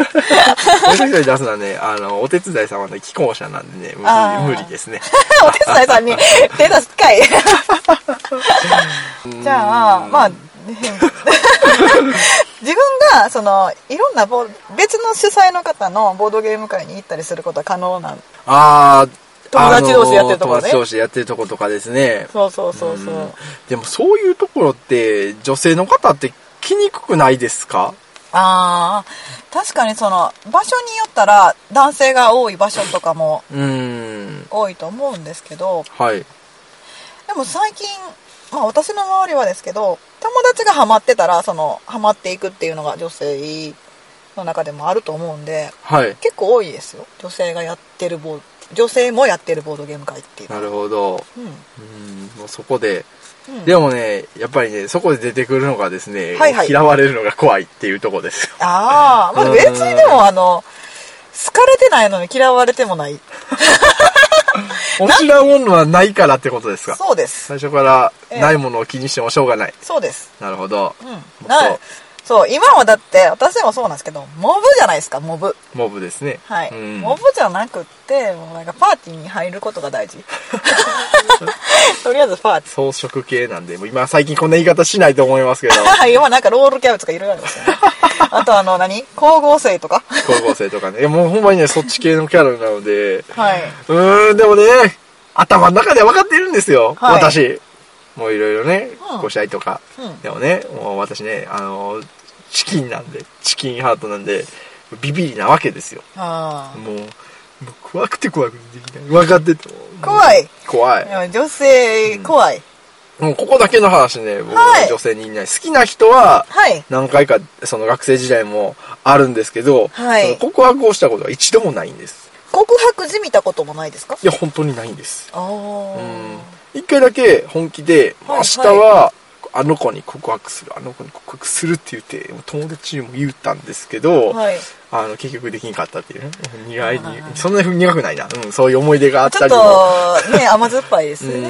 Speaker 2: お店に出すのはね、あの、お手伝い様の既婚者なんでね、無
Speaker 3: あー
Speaker 2: 理無理 ですね。
Speaker 3: お手伝いさんに手出すかい じゃあ まあね自分がそのいろんなボー別の主催の方のボードゲーム会に行ったりすることは可能なん
Speaker 2: あー
Speaker 3: 友達同士でやってるとこ
Speaker 2: あの
Speaker 3: ね
Speaker 2: 友達同士でやってるとことかですね。
Speaker 3: そうそうそうそう、
Speaker 2: うんでもそういうところって、女性の方って来にくくないですか
Speaker 3: ああ確かにその場所によったら男性が多い場所とかも
Speaker 2: うーん。
Speaker 3: 多いと思うんですけど
Speaker 2: はい。
Speaker 3: でも最近、まあ、私の周りはですけど友達がハマってたらそのハマっていくっていうのが女性の中でもあると思うんで
Speaker 2: はい。
Speaker 3: 結構多いですよ女性がやってるボード女性もやってるボードゲーム会っていうの
Speaker 2: な
Speaker 3: は
Speaker 2: るほど。
Speaker 3: う
Speaker 2: うん、もうそこで、
Speaker 3: んうん
Speaker 2: でもね、やっぱりね、そこで出てくるのがですね、
Speaker 3: はいはい
Speaker 2: 嫌われるのが怖いっていうところです。
Speaker 3: ああまあ
Speaker 2: うん
Speaker 3: 別にでもあの好かれてないのに嫌われてもない
Speaker 2: お 知らんものはないからってことですか
Speaker 3: そうです
Speaker 2: 最初からないものを気にしてもしょうがない。
Speaker 3: そうです
Speaker 2: なるほど。
Speaker 3: うん
Speaker 2: う
Speaker 3: なそう今はだって私もそうなんですけどモブじゃないですかモブ
Speaker 2: モブですね。
Speaker 3: はい、
Speaker 2: うん
Speaker 3: モブじゃなくってもうなんかパーティーに入ること が大事とりあえずパーテ
Speaker 2: 装飾系なんで、もう今最近こんな言い方しないと思いますけ ど、
Speaker 3: ィー今なんかロールキャベツとかいろいろありますよ ねあとあの何光合成とか
Speaker 2: 高校生とかね。いやもうほんまにね、そっち系のキャラなので、
Speaker 3: はいう
Speaker 2: ーん、でもね、頭の中では分かってるんですよ、
Speaker 3: はい
Speaker 2: 私。もういろいろね
Speaker 3: うん、
Speaker 2: ご試合とか。
Speaker 3: うん
Speaker 2: でもね、もう私ね、あの、チキンなんで、チキンハートなんで、ビビリなわけですよ。
Speaker 3: あ
Speaker 2: もう、もう怖くて怖くてできない。分かってても。
Speaker 3: 怖い。
Speaker 2: 怖い
Speaker 3: い。や女性、怖い。
Speaker 2: もうここだけの話ね、僕
Speaker 3: はい
Speaker 2: 女性にいない。好きな人は、
Speaker 3: はい。
Speaker 2: 何回か、その学生時代もあるんですけど、
Speaker 3: はい
Speaker 2: その告白をしたことは一度もないんです。
Speaker 3: 告白じみたこともないですか
Speaker 2: いや、本当にないんです。
Speaker 3: ああ。
Speaker 2: 一回だけ本気で、
Speaker 3: はい
Speaker 2: 明日は、あの子に告白する、あの子に告白するって言って、もう友達にも言ったんですけど、
Speaker 3: はい。
Speaker 2: あの、結局できなかったっていうね。苦い
Speaker 3: あー
Speaker 2: に、そんなに苦くないな。うん、そういう思い出があっ
Speaker 3: ち
Speaker 2: た
Speaker 3: ょっ
Speaker 2: りも。
Speaker 3: と、ね、甘酸っぱいで
Speaker 2: う
Speaker 3: すよね。
Speaker 2: ー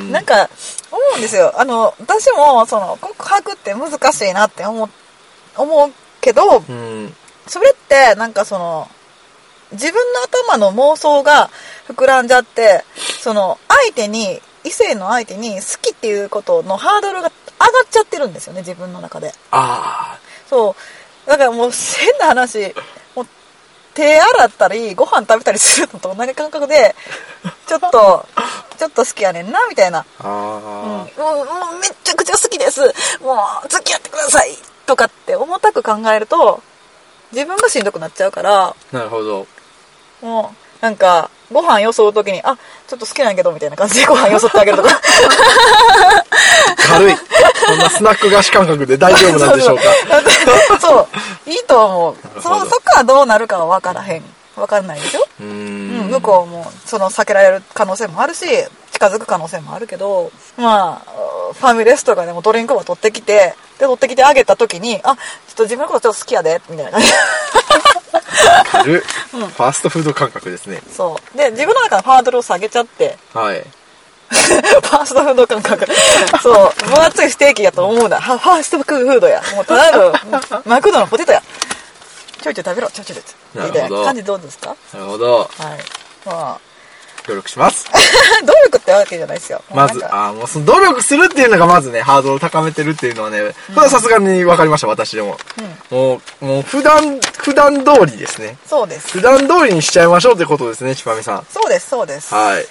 Speaker 2: ん。
Speaker 3: なんか、思うんですよ。あの、私も、その、告白って難しいなって思う、思うけど、
Speaker 2: うん。
Speaker 3: それって、なんかその、自分の頭の妄想が膨らんじゃって、その、相手に、異性の相手に好きっていうことのハードルが上がっちゃってるんですよね、自分の中で。
Speaker 2: あ
Speaker 3: そう。だからもう変な話、もう手洗ったり、ご飯食べたりするのと同じ感覚で、ちょっと、ちょっと好きやねんな、みたいな。
Speaker 2: あ。あ
Speaker 3: うん、
Speaker 2: あ
Speaker 3: も。う、もうめっちゃくちゃ好きです。もう、付き合ってくださいとかって重たく考えると、自分がしんどくなっちゃうから、
Speaker 2: なるほど。
Speaker 3: もう、なんか、ご飯よそうときに、あ、ちょっと好きなんやけど、みたいな 感じでご飯よそってあげるとか。
Speaker 2: 軽い。 そんなスナック菓子感覚で大丈夫なんでしょう か。
Speaker 3: そう、いいと思う。
Speaker 2: なる
Speaker 3: そ、
Speaker 2: ほど
Speaker 3: そこはどうなるかは分からへん。分かんないでしょ
Speaker 2: う
Speaker 3: う
Speaker 2: ーん。
Speaker 3: ん、向こうもその避けられる可能性もあるし近づく可能性もあるけどまあファミレスとかでもドリンクも取ってきてで取ってきてあげた時にあちょっと自分のことちょっと好きやでみたいな 感じ
Speaker 2: 軽い。ファーストフード感覚ですね。
Speaker 3: そうで自分の中のハードルを下げちゃって
Speaker 2: はい。
Speaker 3: ファーストフード感覚そう分厚いステーキやと思うなはファーストフードやもうただのマクドのポテトやちょいちょい食べろちょいちょいみ
Speaker 2: なるほど
Speaker 3: たいな感じどうですか
Speaker 2: なるほど。
Speaker 3: はいまあ
Speaker 2: 努力します。
Speaker 3: 努力ってわけじゃないですよ
Speaker 2: まず
Speaker 3: なん、か
Speaker 2: ああ、もうその努力するっていうのがまずね、ハードルを高めてるっていうのはね、これはさすがに分かりました、私でも。もう、もう普段、普段通りですね。
Speaker 3: そうです
Speaker 2: 普段通りにしちゃいましょうってことですね、ちぱみさん。
Speaker 3: そうですそうです
Speaker 2: はい。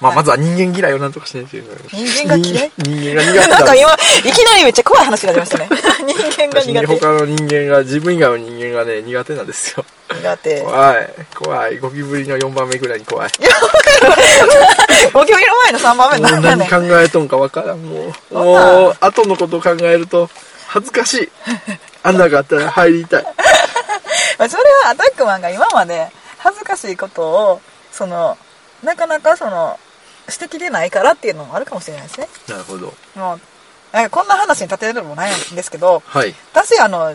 Speaker 2: まあ、まずは人間嫌いをなんとかしないというのが
Speaker 3: 人間が嫌い
Speaker 2: 人間が苦手
Speaker 3: なん
Speaker 2: だ
Speaker 3: か今、いきなりめっちゃ怖い話になりましたね。 人間が
Speaker 2: 私ね
Speaker 3: 苦手。
Speaker 2: 他の人間が、自分以外の人間がね、苦手なんですよ。
Speaker 3: 苦手。
Speaker 2: 怖い。怖い。ゴキブリの4番目ぐらいに怖い。
Speaker 3: ご協議の前の3番目
Speaker 2: も
Speaker 3: な
Speaker 2: うん
Speaker 3: だ
Speaker 2: 何
Speaker 3: ね
Speaker 2: 考。えとんかわからん。もう、
Speaker 3: んな
Speaker 2: もう、後のことを考えると、恥ずかしい。あんながあったら入りたい。
Speaker 3: まあそれはアタックマンが今まで恥ずかしいことを、その、なかなかその、指摘でないからっていうのもあるかもしれないですね。
Speaker 2: なるほど。
Speaker 3: もう、なんかこんな話に立てるのもないんですけど、
Speaker 2: はい。
Speaker 3: 私あの、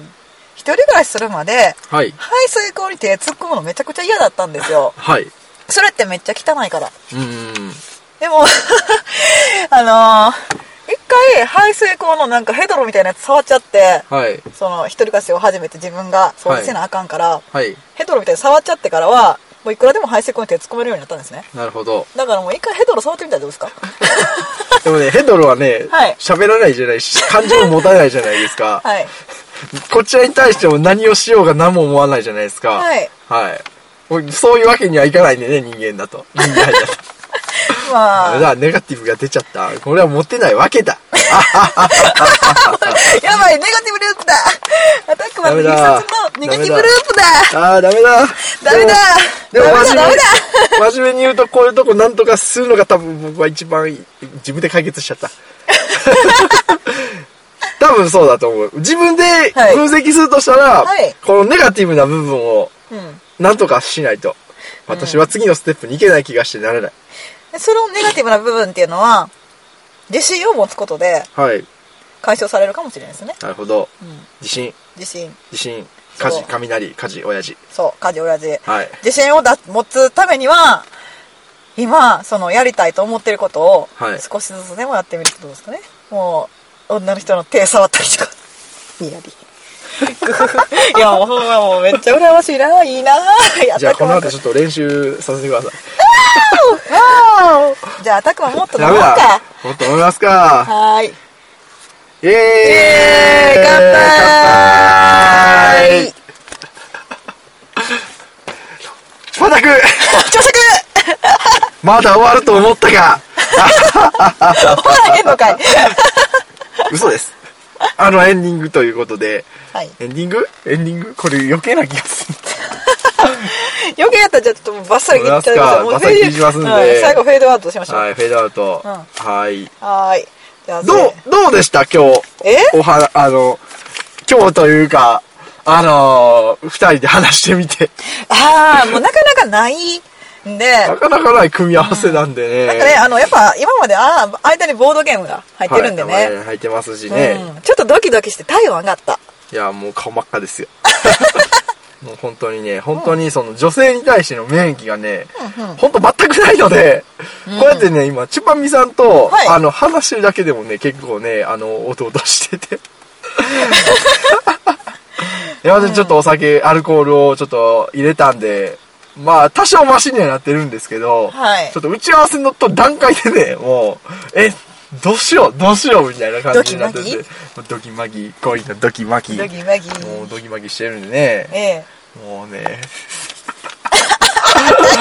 Speaker 3: 一人暮らしするまで、
Speaker 2: はい。
Speaker 3: 排水口に手突っ込むのめちゃくちゃ嫌だったんですよ。
Speaker 2: はい。う
Speaker 3: それってめっちゃ汚いから。
Speaker 2: ーん。
Speaker 3: でも、 あのー一回排水口のなんかヘドロみたいなやつ触っちゃって、
Speaker 2: はい。
Speaker 3: その一人暮らしを始めて自分が掃除せなあかんから、
Speaker 2: はい。
Speaker 3: ヘドロみたいに触っちゃってからは、もういくらでも排水口に手突っ込めるようになったんですね。
Speaker 2: なるほど。
Speaker 3: だからもう一回ヘドロ触ってみたらど うですか
Speaker 2: でもね、ヘドロはね
Speaker 3: はい、
Speaker 2: 喋、らないじゃないし、感情も持たないじゃないです か。
Speaker 3: はい。
Speaker 2: こちらに対しても何をしようが何も思わないじゃないですか。
Speaker 3: はい。
Speaker 2: はい。もうそういうわけにはいかないんでね、人間だと。人間だと。
Speaker 3: ま
Speaker 2: だ
Speaker 3: あ、
Speaker 2: からネガティブが出ちゃった。これは持ってないわけだ。
Speaker 3: やばい、ネガティブループだアタックマンの必殺のネガティブループだ
Speaker 2: ああ、 ダメだ。
Speaker 3: ダメだ
Speaker 2: でも、で
Speaker 3: ダメ
Speaker 2: も真
Speaker 3: だダ
Speaker 2: 面
Speaker 3: メだ
Speaker 2: 目に、真面目に言うと、こういうとこなんとかするのが多分僕は一番いい自分で解決しちゃった。 多分そうだと思う。自分で
Speaker 3: はい
Speaker 2: 分析するとしたら、
Speaker 3: はい
Speaker 2: このネガティブな部分を
Speaker 3: うん。
Speaker 2: なんとかしないと。私は次のステップに行けない気がしてなれない。
Speaker 3: でそのネガティブな部分っていうのは、自信を持つことで
Speaker 2: はい。
Speaker 3: 解消されるかもしれないですね。
Speaker 2: なるほど。
Speaker 3: うん。
Speaker 2: 地震、
Speaker 3: 自信。
Speaker 2: 地震、火事、
Speaker 3: そう
Speaker 2: 雷、火事、親父。
Speaker 3: そう、家事親父。
Speaker 2: はい。
Speaker 3: 自信をだ持つためには、今、その、やりたいと思ってることを
Speaker 2: は、い
Speaker 3: 少しずつでもやってみるってことですかね。もう、女の人の手触ったりとか。いやり。 いや、もう、ほんまもう、めっちゃ羨ましいな、いいな、やっ
Speaker 2: じゃあ
Speaker 3: た
Speaker 2: こ
Speaker 3: く
Speaker 2: の
Speaker 3: ま
Speaker 2: 後ちょっと練習させてくだ さい。
Speaker 3: じゃあ、たくまもっと飲
Speaker 2: ダ
Speaker 3: もう
Speaker 2: メ
Speaker 3: か
Speaker 2: だ。。もっと飲みますか。
Speaker 3: はーい。
Speaker 2: イエーイ
Speaker 3: えー、乾杯
Speaker 2: まだ来る
Speaker 3: 朝食
Speaker 2: まだ終わると思ったか
Speaker 3: ほら、へんのかい。
Speaker 2: 嘘です。あのエンディングということで、
Speaker 3: はい。
Speaker 2: エンディングエンディングこれ余計な気がする。
Speaker 3: 余計やったらじゃあちょっとバッサリ切っちゃいましょう。
Speaker 2: バッサリ切りますんで
Speaker 3: はい最後フェードアウトしましょう。
Speaker 2: は、
Speaker 3: はいい。
Speaker 2: フェードアウト。
Speaker 3: うん
Speaker 2: はい。
Speaker 3: い。じゃあ、
Speaker 2: どう、どうでした今日。
Speaker 3: え
Speaker 2: おはな、あの、今日というか、あのー、二人で話してみて。
Speaker 3: ああ、もうなかなかないんで、
Speaker 2: なかなかない組み合わせなんでね。
Speaker 3: な んかね、あの、やっぱ今まで、ああ、間にボードゲームが入ってるんで
Speaker 2: はい
Speaker 3: ね。
Speaker 2: 名前入ってますしね。
Speaker 3: うん、ちょっとドキドキして体温上がった。
Speaker 2: いや、もう顔真っ赤ですよ。 もう本当にね、本当にその女性に対しての免疫がね、本当全くないので、こうやってね、今、チュパミさんと、
Speaker 3: はい
Speaker 2: あの、話してるだけでもね、結構ね、あの、おとおとして て。山田ちょっとお酒、アルコールをちょっと入れたんで、まあ、多少マシにはなってるんですけど、
Speaker 3: はい
Speaker 2: ちょっと打ち合わせのと段階でね、もう、え、どうしよう、どうしよう、みたいな感じになってて、
Speaker 3: ドキマギ
Speaker 2: もうドキマギ、恋のドキマギ。
Speaker 3: ドキマギ。
Speaker 2: もうドギマギしてるんでね、
Speaker 3: ええ。
Speaker 2: もう ね、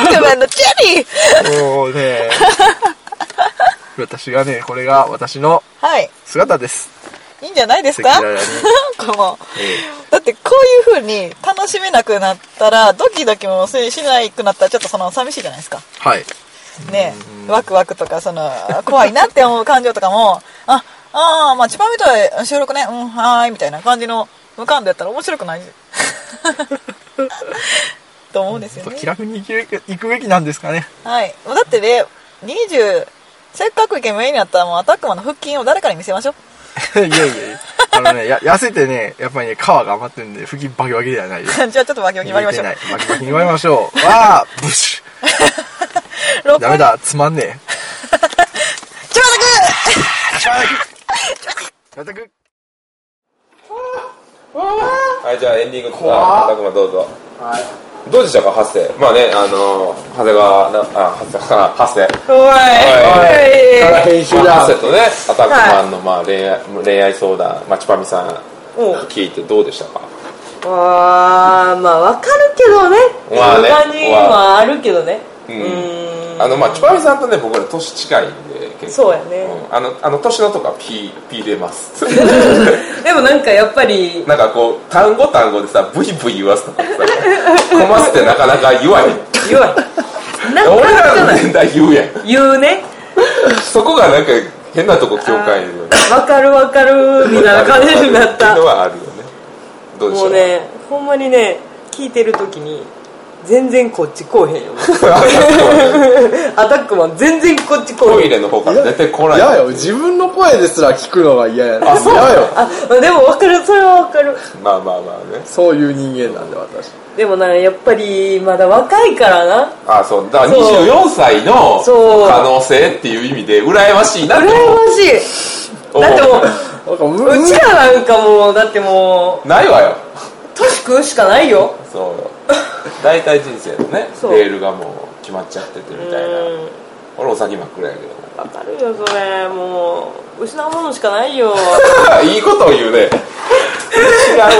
Speaker 3: ダックマンのチェリー
Speaker 2: もうね、私がね、これが私の
Speaker 3: はい。
Speaker 2: 姿です。
Speaker 3: いいんじゃないですか
Speaker 2: 赤 裸々に
Speaker 3: なんかもう
Speaker 2: え
Speaker 3: だってこういう風に楽しめなくなったら、ドキドキもせしないくなったらちょっとその寂しいじゃないですか。
Speaker 2: はい。
Speaker 3: ねワクワクとか、その、怖いなって思う感情とかも、あ、ああ、まあ、チパみたい収録ね、うん、はーい、みたいな感じの無感度やったら面白くない と思うんですよ
Speaker 2: と
Speaker 3: ね
Speaker 2: 気。楽に行くべき行くべきなんですか ね。
Speaker 3: はい。もうだってね、20、せっかくイケメンになったらもうアタックマンの腹筋を誰かに見せましょう。
Speaker 2: いやいやいや、あのね、や痩せてね、やっぱりね、皮が余ってるんで、腹筋バキバキではないです。
Speaker 3: じゃあちょっと脇を決まりましょう
Speaker 2: 入。れてないバキバキに割りまし ょう。わあ、ブッシュ。
Speaker 3: 六
Speaker 2: ダメ
Speaker 3: 本
Speaker 2: だ、つまんね
Speaker 3: チパタ
Speaker 2: え。しばらく。またく。
Speaker 1: はい、じゃあエンディングあたくまどうぞどうでしたかハッセまあねあのー長谷川なあハッセハッセ
Speaker 3: クおい
Speaker 2: ただ編集
Speaker 1: まあハ
Speaker 2: だ
Speaker 1: ッ。セとねアタックマンのまあ恋愛恋愛相談まあチパミさん
Speaker 4: うん
Speaker 1: 聞いてどうでしたか
Speaker 4: あーまあわかるけどね
Speaker 1: まあね
Speaker 4: 他にもあるけどね
Speaker 1: う
Speaker 4: うんーん
Speaker 1: あのまあチパミさんとね僕ら年近いんで結構
Speaker 4: そうやね
Speaker 1: んあのあの年のとかピーピー出ます
Speaker 4: でもなんかやっぱり
Speaker 1: なんかこう単語単語でさブイブイ言わすとかさコマスってなかなか弱い
Speaker 4: 弱いなん
Speaker 1: 俺
Speaker 4: からじ
Speaker 1: の
Speaker 4: ゃない
Speaker 1: 年代言うやん
Speaker 4: 言うね
Speaker 1: そこがなんか変なとこ境界に
Speaker 4: わかるわかるみたいな感じになっ
Speaker 1: てい
Speaker 4: た
Speaker 1: うの
Speaker 4: も
Speaker 1: はあるよねどうでしょう
Speaker 4: うねほんまにね聞いてる時に全然こっち来おへ んよアタックマン全然こっち来お
Speaker 1: ト
Speaker 4: へ
Speaker 1: イ
Speaker 4: ん
Speaker 1: レの方から出てこない
Speaker 2: 嫌よ、自分の声ですら聞くのが嫌やな。嫌よ。
Speaker 4: あでもわかるそれはわかる
Speaker 1: まあまあまあね
Speaker 2: そういう人間なんで私。
Speaker 4: でもなやっぱりまだ若いからな
Speaker 1: あそうだから
Speaker 4: そう
Speaker 1: 24歳の
Speaker 4: そう
Speaker 1: 可能性っていう意味で羨ましいなっ
Speaker 4: 羨
Speaker 1: て
Speaker 4: ましい
Speaker 1: 思う
Speaker 4: だってもう
Speaker 2: なんか、う
Speaker 4: うちらなんかもうだっても
Speaker 1: ないわよ
Speaker 4: う年食うしかないよ
Speaker 1: そうよ大体人生のね
Speaker 4: そう
Speaker 1: レールがもう決まっちゃっててみ
Speaker 4: う
Speaker 1: たいなん俺お先真っ暗やけど
Speaker 4: わかるよそれもう失うものしかないよ
Speaker 1: いいことを言うね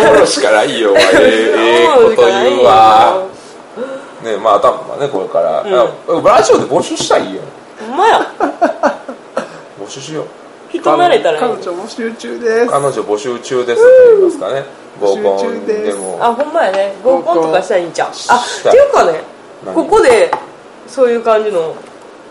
Speaker 1: 違うものしかないよお 前ええええこと言うわねまあ多分まあねこれから、
Speaker 4: ん
Speaker 1: ラジオで募集したらいいよ
Speaker 4: ほんまや
Speaker 1: 募集しよう
Speaker 4: 人慣れたらいい
Speaker 2: 彼女募集中です。
Speaker 1: 彼女募集中ですって言いますかね合
Speaker 2: 募
Speaker 1: コ
Speaker 2: 集
Speaker 1: ン
Speaker 2: 中で
Speaker 1: ですも
Speaker 4: あほんまやね合コンとかしたらいいんちゃうあ
Speaker 1: し
Speaker 4: って
Speaker 1: た
Speaker 4: いうかね
Speaker 1: 何
Speaker 4: ここでそういう感じの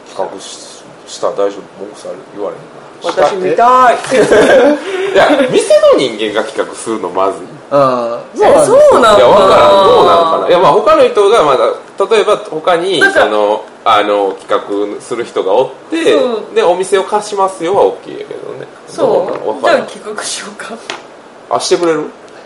Speaker 1: 企画ししたら大丈夫文句され言われへんか
Speaker 4: 私見たい
Speaker 1: いや店の人間が企画するのまずい
Speaker 2: うん。そう
Speaker 4: え
Speaker 2: なんですよ
Speaker 4: そうなん
Speaker 1: いや分からんどうなのかない
Speaker 4: か
Speaker 1: やまあ他の人がまだ例えば他に
Speaker 4: なんか
Speaker 1: そのあの企画する人がおって、
Speaker 4: う
Speaker 1: でお店を貸しますよは OK やけどねどなの
Speaker 4: そう
Speaker 1: 分
Speaker 4: じ
Speaker 1: から
Speaker 4: ゃあ
Speaker 1: ん
Speaker 4: 企画しようか
Speaker 1: あしてくれる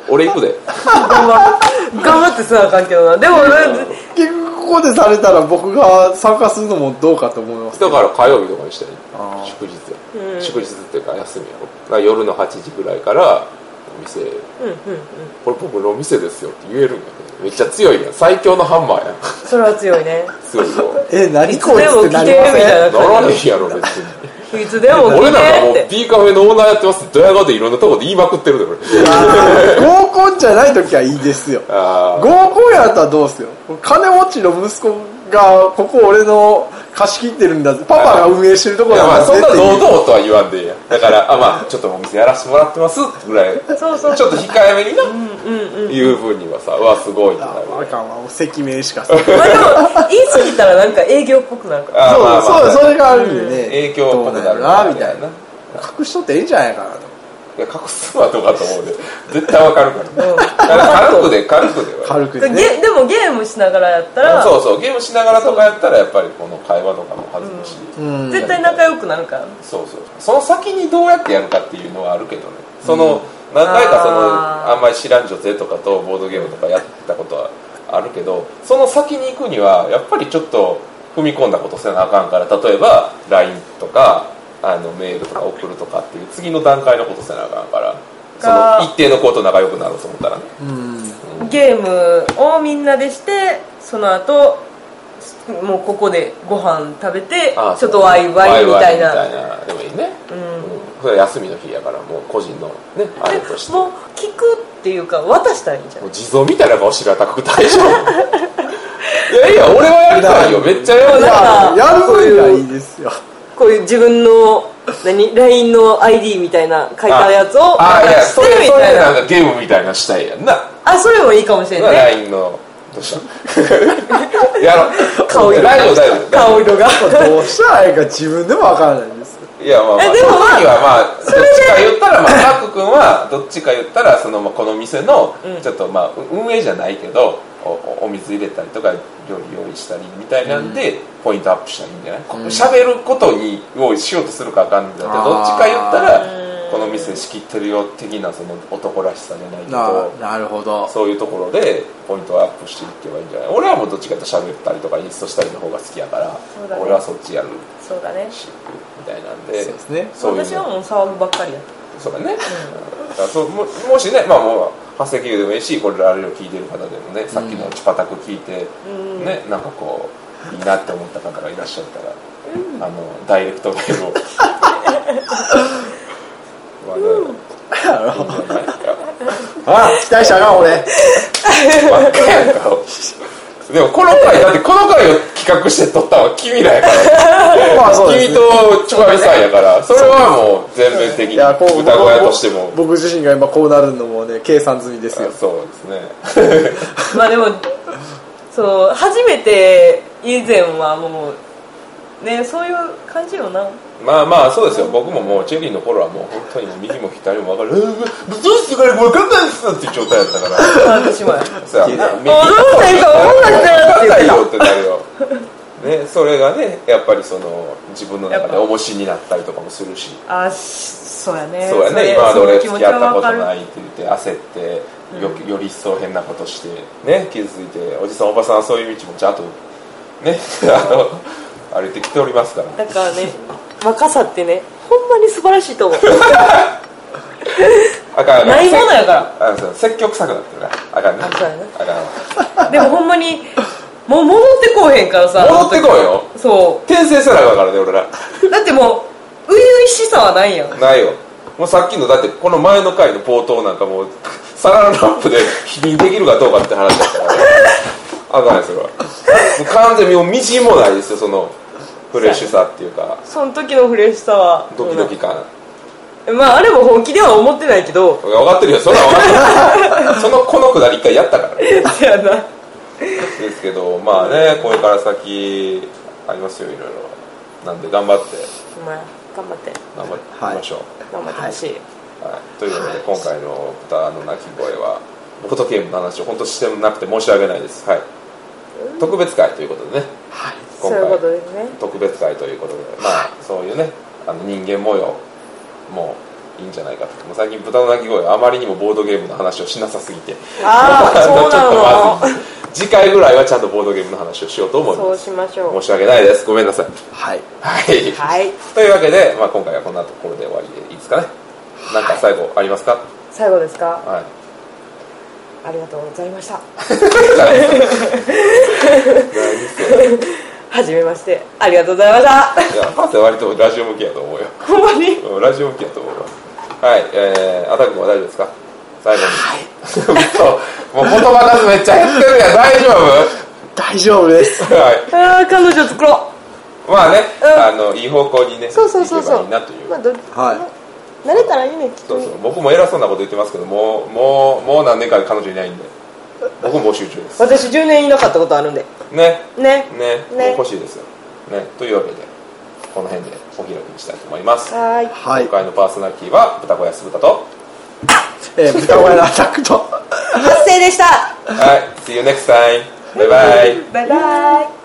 Speaker 1: 俺行くで
Speaker 4: 頑張る頑張ってせなあかんけどなでも俺
Speaker 2: 結局ここでされたら僕が参加するのもどうかと思います。
Speaker 1: だから火曜日とかにしたら
Speaker 2: あ
Speaker 1: いい
Speaker 2: ー
Speaker 1: 祝日や、
Speaker 4: うん
Speaker 1: 祝日っていうか休みやろだから夜の8時ぐらいからお店
Speaker 4: うんうんうん
Speaker 1: これ僕のお店ですよって言えるんやけどめっちゃ強いやん最強のハンマーやん
Speaker 4: それは強いね
Speaker 1: 強い よ
Speaker 2: え、何
Speaker 4: いつ
Speaker 2: こい
Speaker 4: で
Speaker 2: つっ
Speaker 4: も
Speaker 2: て
Speaker 4: 来
Speaker 2: な
Speaker 4: て
Speaker 2: りま
Speaker 4: み
Speaker 2: せん
Speaker 4: たいな
Speaker 1: なら
Speaker 4: 感
Speaker 1: へ
Speaker 4: じ
Speaker 1: んやろ別 に
Speaker 4: いつでも来
Speaker 1: 俺なんかもう
Speaker 4: てって
Speaker 1: B カフェのオーナーやってますってドヤ顔でいろんなとこで言いまくってるで俺
Speaker 2: 合コンじゃない時はいいですよ。
Speaker 1: あ
Speaker 2: 合コンやったらどうっすよ。金持ちの息子が、ここ俺の貸し切ってるんだぜパパが運営してるとこ
Speaker 1: い
Speaker 2: ろ
Speaker 1: やまあ
Speaker 2: なんだ
Speaker 1: そん
Speaker 2: ぜ
Speaker 1: な
Speaker 2: ってい
Speaker 1: 堂
Speaker 2: う
Speaker 1: 々とは言わんでいいやだからあまあちょっとお店やらせてもらってますぐらい
Speaker 4: そうそう
Speaker 1: ちょっと控えめにな言う分にはさうわすごいってな
Speaker 2: あ
Speaker 1: る
Speaker 2: まああかんわもう赤名しかさそう
Speaker 4: まあでも言い過ぎたらなんか営業っぽくなるから
Speaker 1: あまあまあ
Speaker 2: そうそれがあるんでね
Speaker 1: 影響っぽくなる
Speaker 2: な
Speaker 1: な
Speaker 2: みたいな隠しとっていいんじゃないかなと
Speaker 1: いや隠すのはどうかと思 うで絶対わかるから,、軽くで軽くでは
Speaker 2: 軽く
Speaker 4: で
Speaker 2: でね
Speaker 4: ゲでもゲームしながらやったら
Speaker 1: そうそうゲームしながらとかやったらやっぱりこの会話とかも弾むし、
Speaker 2: うん
Speaker 4: 絶対仲良くなるから
Speaker 1: そうそうその先にどうやってやるかっていうのはあるけどねその、何回かその
Speaker 4: あ
Speaker 1: あ
Speaker 4: ー
Speaker 1: んまり知らん女性とかとボードゲームとかやったことはあるけどその先に行くにはやっぱりちょっと踏み込んだことせなあかんから例えば LINE とかあのメールとか送るとかっていう次の段階のことせなあかんからそ
Speaker 4: か
Speaker 1: の一定の子と仲良くなろうと思ったらね
Speaker 2: うん
Speaker 4: ゲームをみんなでしてその後もうここでご飯食べて
Speaker 1: あー
Speaker 4: ちょっとワイワイみたいな
Speaker 1: ワイワイみたいなでもいいね、
Speaker 4: うん
Speaker 1: うんそれは休みの日やからもう個人のねあ
Speaker 4: で
Speaker 1: れ
Speaker 4: もう
Speaker 1: として
Speaker 4: 聞くっていうか渡したらいいんじゃ
Speaker 1: も
Speaker 4: な
Speaker 1: う地蔵みたいな顔してる高く大 丈夫いやいや俺はやりたいよめっちゃやり
Speaker 4: だか
Speaker 1: たい
Speaker 4: ら
Speaker 2: やる分にはいいですよ
Speaker 4: こういう自分の何 LINE の ID みたいな書いたやつを
Speaker 1: あいや
Speaker 4: 渡し
Speaker 1: そ
Speaker 4: て
Speaker 1: れ
Speaker 4: るみ
Speaker 1: そ
Speaker 4: た
Speaker 1: れ
Speaker 4: い
Speaker 1: なん
Speaker 4: な
Speaker 1: かゲームみたいなのしたいやんな
Speaker 4: あそれもいいかもしれないね
Speaker 1: LINE のどうした やろう
Speaker 4: 顔色
Speaker 1: 大丈夫大丈夫
Speaker 4: 顔色が
Speaker 2: どうしたらいいか自分でもわからないです
Speaker 1: いやまあ、まあ、
Speaker 4: えでもまあ
Speaker 1: 時にはまあどっ
Speaker 4: それで
Speaker 1: ちか言ったらまあタク君はどっちか言ったらそのまあこの店の
Speaker 4: うん
Speaker 1: ちょっとまあ運営じゃないけどおおお水入れたりとか料理用意したりみたいなんでポイントアップしたらいいんじゃないこ
Speaker 2: ん
Speaker 1: 喋、ることにをしようとするかあかんんだけどどっ
Speaker 2: あー
Speaker 1: ちか言った
Speaker 4: う
Speaker 1: ら
Speaker 4: ん
Speaker 1: この店仕切ってるよ的なその男らしさじゃないけ
Speaker 2: な
Speaker 1: ど
Speaker 2: なるほど
Speaker 1: そういうところでポイントをアップしていけばいいんじゃない俺はもうどっちかというと喋ったりとかインストしたりの方が好きやから
Speaker 4: そうだね
Speaker 1: 俺はそっちやる
Speaker 4: そうだね
Speaker 1: しみたいなんで
Speaker 2: そうですね
Speaker 1: そういうの
Speaker 4: 私はもう騒ぐばっかりやっ
Speaker 1: そうだね、だからそうももしね、まあ、もう発生企業でもいいしこれあれを聞いてる方でもね、さっきのチュパタク聞いて、
Speaker 4: うん
Speaker 1: ねなんかこういいなって思った方がいらっしゃったら、あのダイレクトメ ールをまあねいいんじゃない
Speaker 2: あ期待したらあかん俺
Speaker 1: わかんないけどでもこの回だってこの回を企画して撮ったのは君らやから
Speaker 2: まあそうです
Speaker 1: 君とチョカミさんやからそれはもう全面的
Speaker 2: い
Speaker 1: に
Speaker 2: やこう
Speaker 1: 歌声としても
Speaker 2: 僕僕自身が今こうなるのもね計算済みですよ
Speaker 1: あそうですね
Speaker 4: まあでもその初めて以前はもうねそういう感じよな
Speaker 1: まあまあそうですよ僕ももうチェリーの頃はもう本当にもう右も左も分かる「うーどうしてこれ分かんないっす」っていう状態だったから
Speaker 4: 私もや
Speaker 1: そうやな
Speaker 4: もうどうしたらいいか分かんないなっ
Speaker 1: 分かんな
Speaker 4: て言って
Speaker 1: い
Speaker 4: た
Speaker 1: よってなるよねそれがねやっぱりその自分の中で重しになったりとかもするし
Speaker 4: あしそうやね
Speaker 1: そうや
Speaker 4: れ
Speaker 1: ね今まで俺
Speaker 4: そ
Speaker 1: 付
Speaker 4: の
Speaker 1: き合ったこと
Speaker 4: 気持ちは
Speaker 1: な
Speaker 4: わ
Speaker 1: いって言って焦ってよ,、より一層変なことしてね傷ついておじさんおばさんはそういう道もちゃんとね あの歩いてきておりますから
Speaker 4: かるだからね若さってねほんまに素晴らしいと思う
Speaker 1: あかんあかん
Speaker 4: ないものやから
Speaker 1: あそう積極臭くなってるなあかんな
Speaker 4: あそうやな
Speaker 1: あかんわ
Speaker 4: でもほんまにもう戻ってこうへんからさ
Speaker 1: 戻ってこいよ
Speaker 4: そ
Speaker 1: 転生せなあかんからね俺ら
Speaker 4: うだってもう初々しさはないやん
Speaker 1: ないよもうさっきのだってこの前の回の冒頭なんかもうサランラップで否認できるかどうかって話だからあかんないそれはもう完全にもうみじんもないですよそのフレッシュさっていうか
Speaker 4: その時のフレッシュさは
Speaker 1: ドキドキ感
Speaker 4: まああれも本気では思ってないけ ど
Speaker 1: 分かってるよそれは分かってるそのこのくだり一回やったからで
Speaker 4: そうやな
Speaker 1: すけどまあねこれから先ありますよいろいろなんで頑張って
Speaker 4: お前頑張って
Speaker 1: 頑張っていきましょう、
Speaker 4: 頑張ってほしい、
Speaker 1: はい、ということで、今回の豚の鳴き声はボードゲームの話を本当してなくて申し訳ないです、はい、特別会ということでね
Speaker 4: そ
Speaker 1: 今
Speaker 4: ういうこと
Speaker 1: 回
Speaker 4: ですね
Speaker 1: 特別会ということでまあそういうねあの人間模様もいいんじゃないかともう最近豚の鳴き声はあまりにもボードゲームの話をしなさすぎて
Speaker 4: あ あ
Speaker 1: ちょ
Speaker 4: そう
Speaker 1: っと
Speaker 4: な
Speaker 1: まずい次回ぐらいはちゃんとボードゲームの話をしようと思い
Speaker 4: のそ
Speaker 1: ま
Speaker 4: う
Speaker 1: す
Speaker 4: しましょ
Speaker 1: 申し訳ないですごめんなさい
Speaker 2: はい
Speaker 1: はい、
Speaker 4: うはい
Speaker 1: というわけで、まあ、今回はこんなところで終わりでいいですかねなんか最後ありますか
Speaker 4: 最後ですか
Speaker 1: はい
Speaker 4: ありがとうございました はじめましてありがとうございまし
Speaker 1: いや、パセ割とラジオ向きやと思うよ。
Speaker 4: たほんまに
Speaker 1: うんラジオ向きやと思うわ。はい、えー、アタックは大丈夫ですか最後に。そう、もう言葉数めっちゃ減ってるやん、大丈夫
Speaker 2: 大丈夫です
Speaker 1: はい。
Speaker 4: ああ彼女作ろう
Speaker 1: まあね、
Speaker 4: うん
Speaker 1: あのいい方向にね
Speaker 4: そうそうそうそ
Speaker 1: 行けばい
Speaker 4: う
Speaker 1: いなという、
Speaker 4: まあど
Speaker 2: は
Speaker 4: 慣れたらいいねきっ
Speaker 1: そ
Speaker 4: と
Speaker 1: う
Speaker 4: ね
Speaker 1: そう僕も偉そうなこと言ってますけどもうもうもう何年か彼女いないんで僕も募集中です
Speaker 4: 私10年いなかったことあるんで
Speaker 1: ね
Speaker 4: ね
Speaker 1: ね
Speaker 4: ね
Speaker 1: もう欲しいですよ、ね、というわけでこの辺でお開きにしたいと思います今
Speaker 4: はーい
Speaker 2: はい。
Speaker 1: 回のパーソナリティは豚小屋酢豚と
Speaker 2: えー、豚小屋のアタックと。
Speaker 3: 発生でした
Speaker 1: はい See you next time バイバイ
Speaker 4: バイバイ